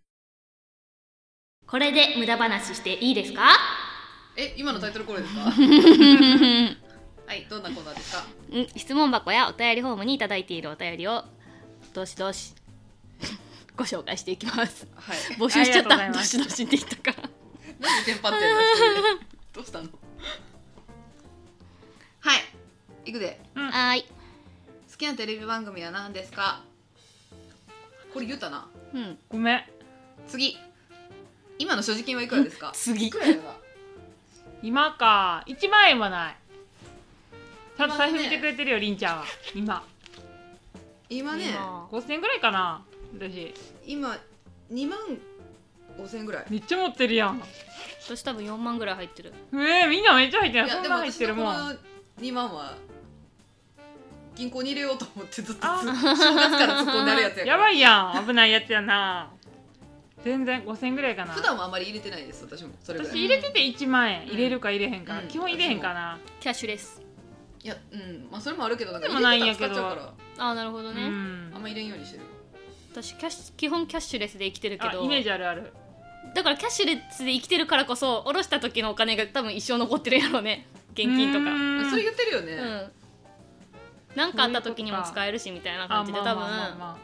[SPEAKER 1] これで無駄話していいですか
[SPEAKER 3] え、今のタイトルこれです か
[SPEAKER 1] うん
[SPEAKER 3] はい、どんなコーナーですか
[SPEAKER 1] 質問箱やお便りフォームにいただいているお便りを、どしどし、ご紹介していきます。
[SPEAKER 3] はい。
[SPEAKER 1] 募集しちゃった。
[SPEAKER 2] ありがとうござい
[SPEAKER 1] ど
[SPEAKER 2] ます
[SPEAKER 1] しどしって言ったから。
[SPEAKER 3] なんでテンパってんの 一人でどうしたのはい。いくで。
[SPEAKER 1] はい。
[SPEAKER 3] 好きなテレビ番組は何ですかこれ言ったな。
[SPEAKER 1] うん。
[SPEAKER 2] ごめん。
[SPEAKER 3] 次。今の所持金 はいくらですか
[SPEAKER 1] 次。
[SPEAKER 3] らやろな
[SPEAKER 2] 今か。1万円はない。ちゃんと財布
[SPEAKER 3] 今ね
[SPEAKER 2] 見てくれてるよ、りんちゃんは。今。
[SPEAKER 3] 今ね、
[SPEAKER 1] 今
[SPEAKER 2] 5000円ぐらいかな。私。
[SPEAKER 3] 今、2万5千ぐらい。
[SPEAKER 2] めっちゃ持ってる やん。
[SPEAKER 1] 私多分4万ぐらい入ってる。
[SPEAKER 2] うえみんなめっちゃ入って
[SPEAKER 3] い
[SPEAKER 2] る。そんな入ってるもん。
[SPEAKER 3] の2万は銀行に入れようと思ってずっとつ正月から突っ込んであるやつ やか
[SPEAKER 2] や
[SPEAKER 3] ら
[SPEAKER 2] ばいやん危ないやつやな全然5000円ぐらいかな
[SPEAKER 3] 普段はあんまり入れてないです私もそれぐら
[SPEAKER 2] 私
[SPEAKER 3] いい
[SPEAKER 2] 入れてて1万円
[SPEAKER 3] ん
[SPEAKER 2] 入れるか入れへんか、
[SPEAKER 3] うん
[SPEAKER 2] 基本入れへんかな、
[SPEAKER 1] キャッシュレス。
[SPEAKER 3] やうんまあそれもあるけどなんか
[SPEAKER 2] でもないん
[SPEAKER 3] 入
[SPEAKER 2] や
[SPEAKER 3] れて
[SPEAKER 2] け
[SPEAKER 3] た
[SPEAKER 2] ど
[SPEAKER 3] ら使っちゃうから
[SPEAKER 1] あーなるほど
[SPEAKER 2] う
[SPEAKER 1] ね。
[SPEAKER 2] ん
[SPEAKER 3] あんま入れんようにしてる
[SPEAKER 1] 私キャッシュ基本キャッシュレスで生きてるけ
[SPEAKER 2] あ
[SPEAKER 1] ど。
[SPEAKER 2] イメージあるある
[SPEAKER 1] だからキャッシュレスで生きてるからこそ、下ろした時のお金が多分一生残ってるやろうね。現金と
[SPEAKER 2] う
[SPEAKER 1] か。
[SPEAKER 2] ーん
[SPEAKER 3] それ言ってるよね
[SPEAKER 1] うん。なんかあった時にも使えるしみたいな感じで多分
[SPEAKER 2] ま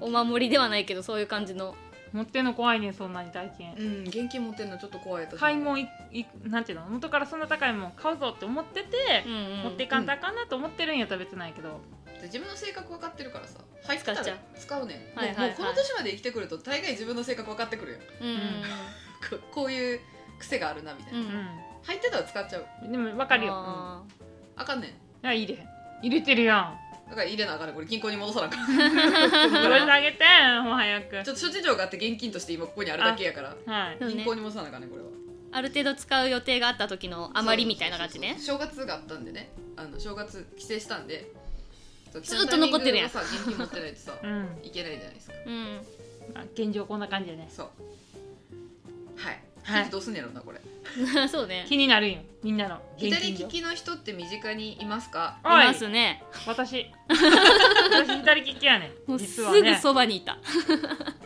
[SPEAKER 1] お守りではないけどそういう感じの
[SPEAKER 2] あ、持ってんの怖いねそんなに大金、
[SPEAKER 3] うん、現金持ってんのちょっと怖い私も
[SPEAKER 2] 買い物いいなんていうの元からそんな高いもん買うぞって思ってて
[SPEAKER 1] う、んうん
[SPEAKER 2] 持っていかんとあかんなと思ってるんやったら別ないけど、
[SPEAKER 3] で自分の性格分かってるからさ入った
[SPEAKER 1] 使っちゃ
[SPEAKER 3] ら
[SPEAKER 1] う
[SPEAKER 3] 使うねん
[SPEAKER 1] はいはい
[SPEAKER 3] も
[SPEAKER 1] はい
[SPEAKER 3] うもうこの年まで生きてくると大概自分の性格分かってくるよ
[SPEAKER 1] うんうん
[SPEAKER 3] ここういう癖があるなみたいな、
[SPEAKER 1] うん
[SPEAKER 2] う、
[SPEAKER 3] 入ってたら使っちゃうん
[SPEAKER 2] でも分かるよ
[SPEAKER 1] あー
[SPEAKER 3] あかんねん
[SPEAKER 2] いや入れへん入れてるや ん
[SPEAKER 3] だから入れなあかんねんこれ銀行に戻さなあかん
[SPEAKER 2] 戻してあげてもう早く
[SPEAKER 3] ちょっと諸事情があって現金として今ここにあるだけやから
[SPEAKER 2] はい
[SPEAKER 1] そうね
[SPEAKER 3] 銀行に戻さなあかんねこれは
[SPEAKER 1] ある程度使う予定があった時の余りみたいな感じね
[SPEAKER 3] そうそうそう正月があったんでねあの正月帰省したんで
[SPEAKER 1] ずっと残ってるやん
[SPEAKER 3] 帰省のタイミングがさ現金持ってないと さ
[SPEAKER 2] うん
[SPEAKER 3] いけないじゃないですか
[SPEAKER 1] うん
[SPEAKER 2] あ現状こんな感じでね
[SPEAKER 3] そうはい、
[SPEAKER 2] はい
[SPEAKER 3] はい、どうすんねやろなこれ
[SPEAKER 1] そうね
[SPEAKER 2] 気になるんよみんなの現
[SPEAKER 3] 左
[SPEAKER 2] 金
[SPEAKER 3] 利
[SPEAKER 2] 量
[SPEAKER 3] きの人って身近にいますか
[SPEAKER 1] い
[SPEAKER 2] おい
[SPEAKER 1] ますね
[SPEAKER 2] 私 私左利きやね
[SPEAKER 1] も
[SPEAKER 2] ん
[SPEAKER 1] う
[SPEAKER 2] 実
[SPEAKER 1] す
[SPEAKER 2] は
[SPEAKER 1] ぐ
[SPEAKER 2] ね
[SPEAKER 1] そばにいた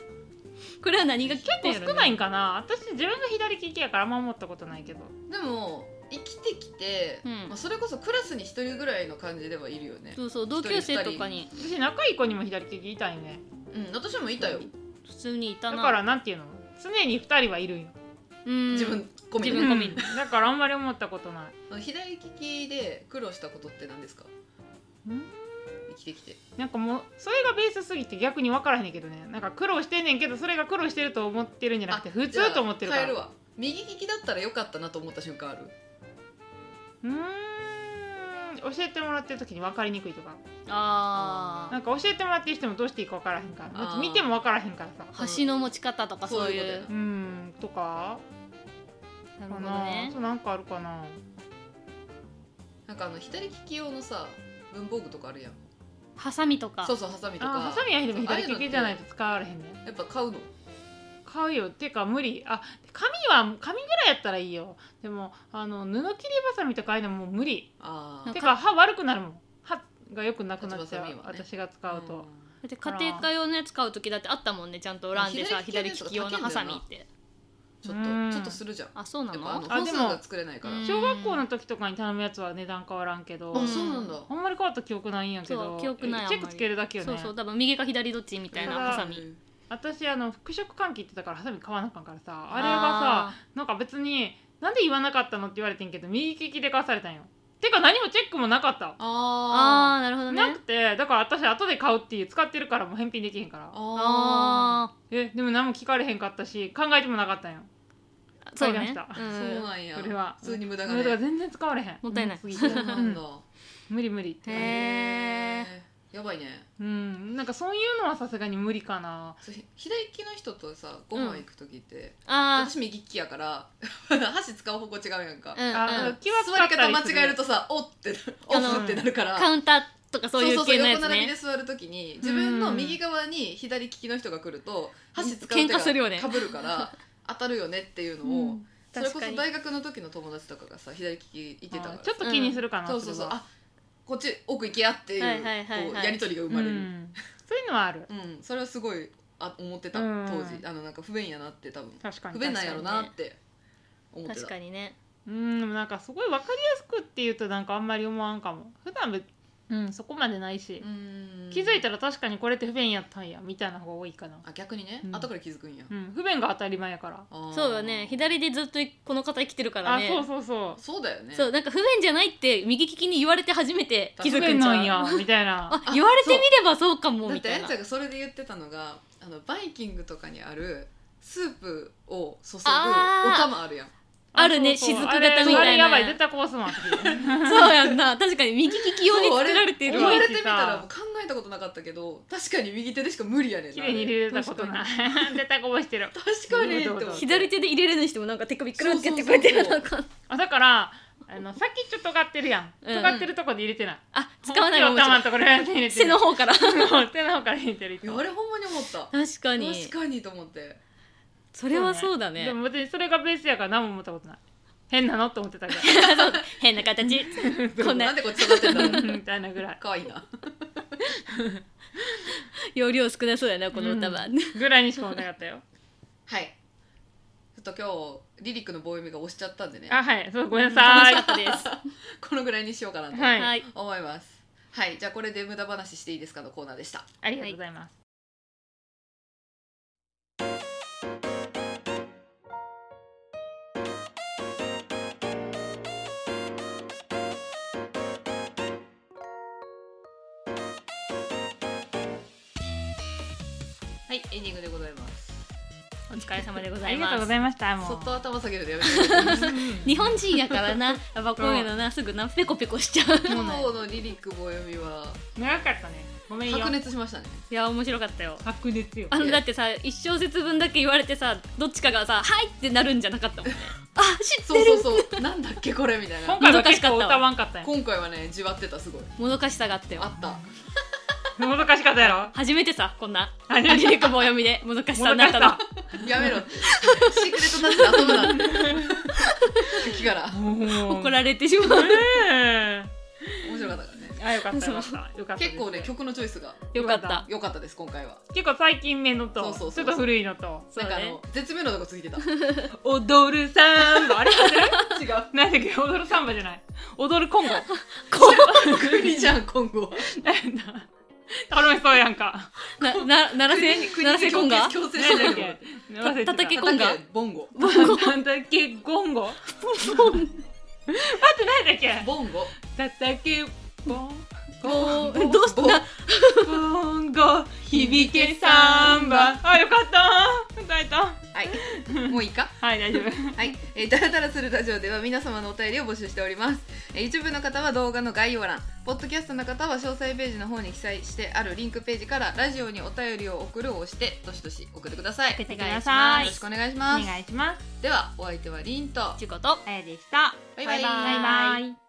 [SPEAKER 1] これは何が
[SPEAKER 2] 結
[SPEAKER 1] きっかけ
[SPEAKER 2] 構
[SPEAKER 1] やろね
[SPEAKER 2] 少ないんかな私自分が左利きやからあんま思ったことないけど
[SPEAKER 3] でも生きてきて、
[SPEAKER 1] うん
[SPEAKER 3] まあ、それこそクラスに一人ぐらいの感じではいるよね
[SPEAKER 1] そうそう同級生とかに
[SPEAKER 2] 私仲いい子にも左利きいたいね
[SPEAKER 3] うん私もいたよ
[SPEAKER 1] 普通にいた
[SPEAKER 2] だ
[SPEAKER 1] な
[SPEAKER 2] からなんていうの常に二人はいるんよ
[SPEAKER 1] うん
[SPEAKER 3] 自分込み
[SPEAKER 1] 自
[SPEAKER 3] で
[SPEAKER 1] 分込み
[SPEAKER 2] うんだからあんまり思ったことない
[SPEAKER 3] うん左利きで苦労したことって何ですか
[SPEAKER 2] ん
[SPEAKER 3] 生きてきて
[SPEAKER 2] なんかもうそれがベースすぎて逆に分からへんねんけどねなんか苦労してんねんけどそれが苦労してると思ってるんじゃなくて
[SPEAKER 3] あ
[SPEAKER 2] 普通と思ってるか
[SPEAKER 3] じゃあ変え
[SPEAKER 2] ら
[SPEAKER 3] るわ右利きだったらよかったなと思った瞬間ある
[SPEAKER 2] うーん感じ教えてもらってる時に分かりにくいとか
[SPEAKER 1] あ
[SPEAKER 2] なんか教えてもらってる人もどうしていいか分からへんからだって見ても分からへんからさ
[SPEAKER 1] あ橋の持ち方とかそ
[SPEAKER 3] そ
[SPEAKER 1] うい
[SPEAKER 3] ういう
[SPEAKER 1] う
[SPEAKER 3] こ
[SPEAKER 2] うんとか
[SPEAKER 1] なる
[SPEAKER 2] か
[SPEAKER 1] ほど
[SPEAKER 2] な、
[SPEAKER 1] ね
[SPEAKER 2] そうなんかあるかな
[SPEAKER 3] なんかあの左利き用のさ文房具とかあるやん
[SPEAKER 1] ハサミとか
[SPEAKER 3] そうそうハサミとか
[SPEAKER 2] あハサミはでも左利きじゃない
[SPEAKER 3] あ
[SPEAKER 2] と使われへんね
[SPEAKER 3] あいうのってやっぱ買うの
[SPEAKER 2] 買うよっていうか無理あ紙は紙ぐらいやったらいいよでもあの布切りばさみとかああいうのもう無理
[SPEAKER 3] あ
[SPEAKER 1] なん
[SPEAKER 3] あ
[SPEAKER 2] てか歯悪くなるもん歯が良くなくなっち
[SPEAKER 3] 立ちば
[SPEAKER 2] ゃう、
[SPEAKER 3] さみはね
[SPEAKER 2] 私が使うと、
[SPEAKER 1] だって家庭科用のやつ買う時だってあったもんねちゃんと選んでさ
[SPEAKER 3] 左利
[SPEAKER 1] 左利
[SPEAKER 3] きのやつとか
[SPEAKER 1] き用のハサミって
[SPEAKER 3] ちょっ
[SPEAKER 2] うん
[SPEAKER 3] とちょっとするじゃん
[SPEAKER 1] あそうな
[SPEAKER 3] やっぱあの
[SPEAKER 1] の
[SPEAKER 2] あ
[SPEAKER 3] 本
[SPEAKER 2] で
[SPEAKER 3] 数
[SPEAKER 2] も
[SPEAKER 3] が作れないから
[SPEAKER 1] うん
[SPEAKER 2] 小学校の時とかに頼むやつは値段変わらんけど、
[SPEAKER 1] うん
[SPEAKER 3] あそうなんだ
[SPEAKER 2] あんまり変わった記憶ないんやけ
[SPEAKER 1] そ
[SPEAKER 2] ど
[SPEAKER 1] う記憶ない
[SPEAKER 2] チェ
[SPEAKER 1] あん
[SPEAKER 2] ック
[SPEAKER 1] まり
[SPEAKER 2] つけるだけよね
[SPEAKER 1] そうそう多分右か左どっちみたいなハサミ
[SPEAKER 3] うん
[SPEAKER 2] 私あの服飾換気ってだからハサミ買わなあかんからさあれがさ
[SPEAKER 1] あ
[SPEAKER 2] なんか別になんで言わなかったのって言われてんけど右利きで買わされたんよてか何もチェックもなかった
[SPEAKER 1] ー
[SPEAKER 3] あ
[SPEAKER 1] あーなるほど
[SPEAKER 2] な
[SPEAKER 1] ね
[SPEAKER 2] くてだから私後で買うっていう使ってるからもう返品できへんから
[SPEAKER 3] ーあ
[SPEAKER 1] あ
[SPEAKER 2] えでも何も聞かれへんかったし考えてもなかったんよ
[SPEAKER 1] ーそうね
[SPEAKER 2] 買いまし
[SPEAKER 3] ー
[SPEAKER 1] う
[SPEAKER 3] そうんなんや
[SPEAKER 2] これは
[SPEAKER 3] 普通に無駄
[SPEAKER 2] だ
[SPEAKER 3] が
[SPEAKER 2] か
[SPEAKER 3] ね
[SPEAKER 2] ら全然使われへん
[SPEAKER 1] もったいない
[SPEAKER 2] うん
[SPEAKER 3] そうなんだ
[SPEAKER 2] 無理無理って
[SPEAKER 1] へ
[SPEAKER 2] 感じ
[SPEAKER 1] え
[SPEAKER 3] へーやばいね
[SPEAKER 2] うんなんかそういうのはさすがに無理かな
[SPEAKER 3] そうひ左利きの人とさご飯行く時って
[SPEAKER 1] あ
[SPEAKER 3] 私右利きやから 箸使う方向違うやんか
[SPEAKER 1] ーうんう
[SPEAKER 2] あ
[SPEAKER 1] ん
[SPEAKER 2] 気は使
[SPEAKER 3] 座
[SPEAKER 2] っ
[SPEAKER 3] り
[SPEAKER 2] た
[SPEAKER 3] 方
[SPEAKER 2] り
[SPEAKER 3] 間
[SPEAKER 2] する
[SPEAKER 3] 違えるとさおって
[SPEAKER 1] あ
[SPEAKER 3] オ
[SPEAKER 1] の
[SPEAKER 3] フってなるから
[SPEAKER 1] カウンターとかそういう系のや
[SPEAKER 3] 横
[SPEAKER 1] つ
[SPEAKER 3] 並びで
[SPEAKER 1] ね
[SPEAKER 3] 座るときに自分の右側に左利きの人が来ると箸使う
[SPEAKER 1] 喧嘩するよね
[SPEAKER 3] 手が被る から当たるよねっていうのを、
[SPEAKER 2] うん
[SPEAKER 3] それこ
[SPEAKER 1] 確
[SPEAKER 3] そ
[SPEAKER 1] かに
[SPEAKER 3] 大学の時の友達とかがさ左利きいてたか
[SPEAKER 2] あ
[SPEAKER 3] ら
[SPEAKER 2] ちょっと気にするかな
[SPEAKER 3] そうそうそう
[SPEAKER 2] れは
[SPEAKER 3] あこっち奥行けやっていう,、
[SPEAKER 1] はいはいはいはい
[SPEAKER 3] こうやり取りが
[SPEAKER 2] う
[SPEAKER 3] 生
[SPEAKER 2] ん
[SPEAKER 3] まれる、うん
[SPEAKER 2] そういうのはある
[SPEAKER 3] それはすごいあ思ってた、
[SPEAKER 2] うん
[SPEAKER 3] 当時あのなんか不便やなって多分
[SPEAKER 2] 確かに
[SPEAKER 3] 不便なんやろなって思ってた
[SPEAKER 1] 確かにね
[SPEAKER 2] うんでもなんかすごい分かりやすくっていうとなんかあんまり思わんかも普段べうんそこまでないし、
[SPEAKER 3] うん
[SPEAKER 2] 気づいたら確かにこれって不便やったんやみたいな方が多いかな、
[SPEAKER 3] あ逆にね、
[SPEAKER 2] うん
[SPEAKER 3] 後から気づくんや、
[SPEAKER 2] うん、不便が当たり前やから
[SPEAKER 3] あー
[SPEAKER 1] そうよね左でずっとこの方生きてるから
[SPEAKER 2] あ
[SPEAKER 1] ね
[SPEAKER 2] そうそうそう
[SPEAKER 3] そうだよね
[SPEAKER 1] そうなんか不便じゃないって右利きに言われて初めて気づ
[SPEAKER 2] 不
[SPEAKER 1] く
[SPEAKER 2] 便
[SPEAKER 1] んちゃ
[SPEAKER 2] な
[SPEAKER 1] うん
[SPEAKER 2] やみたいな
[SPEAKER 1] あ言われてみればそうかも
[SPEAKER 3] だ
[SPEAKER 1] み
[SPEAKER 3] って
[SPEAKER 1] た
[SPEAKER 3] あや
[SPEAKER 1] いな
[SPEAKER 3] ちゃんがそれで言ってたのがあのバイキングとかにあるスープを注ぐお
[SPEAKER 1] あー
[SPEAKER 3] 玉あるやん
[SPEAKER 1] あるね
[SPEAKER 2] そうそう
[SPEAKER 1] 雫型みたいな
[SPEAKER 2] あれあれやばい絶対こうすまん
[SPEAKER 1] そうやんな確かに右利き用に作られてる
[SPEAKER 3] 言
[SPEAKER 1] わ
[SPEAKER 3] わ
[SPEAKER 2] そう
[SPEAKER 3] れ
[SPEAKER 2] あ
[SPEAKER 3] てみたらもう考えたことなかったけど確かに右手でしか無理やねんな
[SPEAKER 2] 綺麗に入れれたことない絶対こぼしてる
[SPEAKER 3] 確かにって思って
[SPEAKER 1] 左手で入れるにしてもなんか手首くるってやってくれて
[SPEAKER 3] そう
[SPEAKER 1] る
[SPEAKER 3] そうそ
[SPEAKER 1] な
[SPEAKER 3] うん
[SPEAKER 1] か
[SPEAKER 2] あだからあのさっきちょっと尖ってるやん
[SPEAKER 1] うん
[SPEAKER 2] 尖ってるとこで入れてない、
[SPEAKER 1] あ使わない
[SPEAKER 2] お
[SPEAKER 1] も
[SPEAKER 2] 玉
[SPEAKER 1] ん
[SPEAKER 2] のところに入れて
[SPEAKER 1] 背
[SPEAKER 2] る
[SPEAKER 1] の方から確
[SPEAKER 2] そう手の方から入れてるいつ
[SPEAKER 3] い
[SPEAKER 2] も
[SPEAKER 3] やあれほんまに思った
[SPEAKER 1] かに
[SPEAKER 3] 確かにと思って
[SPEAKER 1] それはそうだね
[SPEAKER 2] でも別にそれがベースやから何も思ったことない変なのって思ってた ぐら
[SPEAKER 1] 変な形こん
[SPEAKER 3] な
[SPEAKER 1] なん
[SPEAKER 3] でこっち育ってんだろう
[SPEAKER 2] いみたいなぐらい
[SPEAKER 3] かわいいな
[SPEAKER 1] 容量少なそうやなこの歌は、
[SPEAKER 2] うぐらいにしか思ってなかったよ
[SPEAKER 3] はいちょっと今日リリックの棒読みが押しちゃったんでね
[SPEAKER 2] あはいそうごめんな
[SPEAKER 1] 楽
[SPEAKER 2] さ
[SPEAKER 1] し
[SPEAKER 2] い
[SPEAKER 1] かったです
[SPEAKER 3] このぐらいにしようかなと
[SPEAKER 2] はい、
[SPEAKER 1] はい
[SPEAKER 3] 思いますはいじゃあこれで無駄話していいですかのコーナーでした
[SPEAKER 2] ありがとうございます、
[SPEAKER 3] はいエンディングでございます
[SPEAKER 1] お疲れ様でござ
[SPEAKER 2] あ
[SPEAKER 1] い
[SPEAKER 2] りがとう
[SPEAKER 1] ま
[SPEAKER 2] ご
[SPEAKER 1] す
[SPEAKER 2] ざいましたもう
[SPEAKER 3] そっと頭下げるでやめて
[SPEAKER 1] 日本人やからなやっぱこういうのなすぐなペコペコしちゃう
[SPEAKER 3] 今 日のリリック棒読みは
[SPEAKER 2] 長かったねごめんよ
[SPEAKER 3] 白熱しましたね
[SPEAKER 1] いや面白かったよ
[SPEAKER 2] 白熱よ
[SPEAKER 1] あのだってさ一小節分だけ言われてさどっちかがさ「はい!」ってなるんじゃなかったもんねあ知って
[SPEAKER 3] そう
[SPEAKER 1] る
[SPEAKER 3] そうそうなんだっけこれみたい
[SPEAKER 2] 今
[SPEAKER 3] な
[SPEAKER 2] 回は結構歌わんかったよ
[SPEAKER 3] 今回はねじわってたすごい
[SPEAKER 1] もどかしさがあったよ
[SPEAKER 3] あった
[SPEAKER 2] もどかしかったやろ
[SPEAKER 1] 初めてさこんな
[SPEAKER 2] あれ
[SPEAKER 1] リリコ棒読みでもどかしさになった
[SPEAKER 2] もど
[SPEAKER 1] の
[SPEAKER 2] か
[SPEAKER 3] やめろってシークレットナッツで遊ぶなって気から
[SPEAKER 1] 怒
[SPEAKER 2] 怒
[SPEAKER 1] られてしまう
[SPEAKER 3] 面白かったからね
[SPEAKER 2] あよかったよかったよかったです
[SPEAKER 3] 結構ね曲のチョイスが
[SPEAKER 1] よかった
[SPEAKER 3] 良かったです今回は
[SPEAKER 2] 結構最近目のと
[SPEAKER 3] そうそうそうそう
[SPEAKER 2] ちょっと古いのと
[SPEAKER 1] そ
[SPEAKER 3] な
[SPEAKER 1] うん
[SPEAKER 3] かあ
[SPEAKER 1] ね
[SPEAKER 3] の絶妙なとこついてた違う
[SPEAKER 2] 踊るサンバあれ
[SPEAKER 3] 違う
[SPEAKER 2] なんだっけ踊るサンバじゃない踊るコン ゴ
[SPEAKER 3] 国じゃん今後
[SPEAKER 2] なんだ頼めそうやんか
[SPEAKER 1] なな鳴らせ鳴らせコンガ
[SPEAKER 3] 強制
[SPEAKER 2] なんだっ
[SPEAKER 3] してる
[SPEAKER 2] け忘れてた
[SPEAKER 1] 叩け
[SPEAKER 3] 叩けボンゴ
[SPEAKER 2] なんだっけゴンゴ 待ってなんだっけ
[SPEAKER 3] ボンゴ
[SPEAKER 2] 叩けボン
[SPEAKER 1] おーどうしたな
[SPEAKER 2] ブンゴ響けサンバあよかった歌えた
[SPEAKER 3] はい。もういいか
[SPEAKER 2] はい大丈夫
[SPEAKER 3] はい、えー、ダラダラするラジオでは皆様のお便りを募集しております、えー、YouTube の方は動画の概要欄ポッドキャストの方は詳細ページの方に記載してあるリンクページからラジオにお便りを送るを押してどしどし送ってください
[SPEAKER 2] 送っ
[SPEAKER 3] よ
[SPEAKER 2] てください
[SPEAKER 3] ろしくお願いし
[SPEAKER 2] お
[SPEAKER 3] ます
[SPEAKER 2] 願いします
[SPEAKER 3] ではお相手はリンと
[SPEAKER 1] ちゅうこと
[SPEAKER 2] あやでした
[SPEAKER 3] バイバイ
[SPEAKER 1] バイバイ
[SPEAKER 2] バイバイ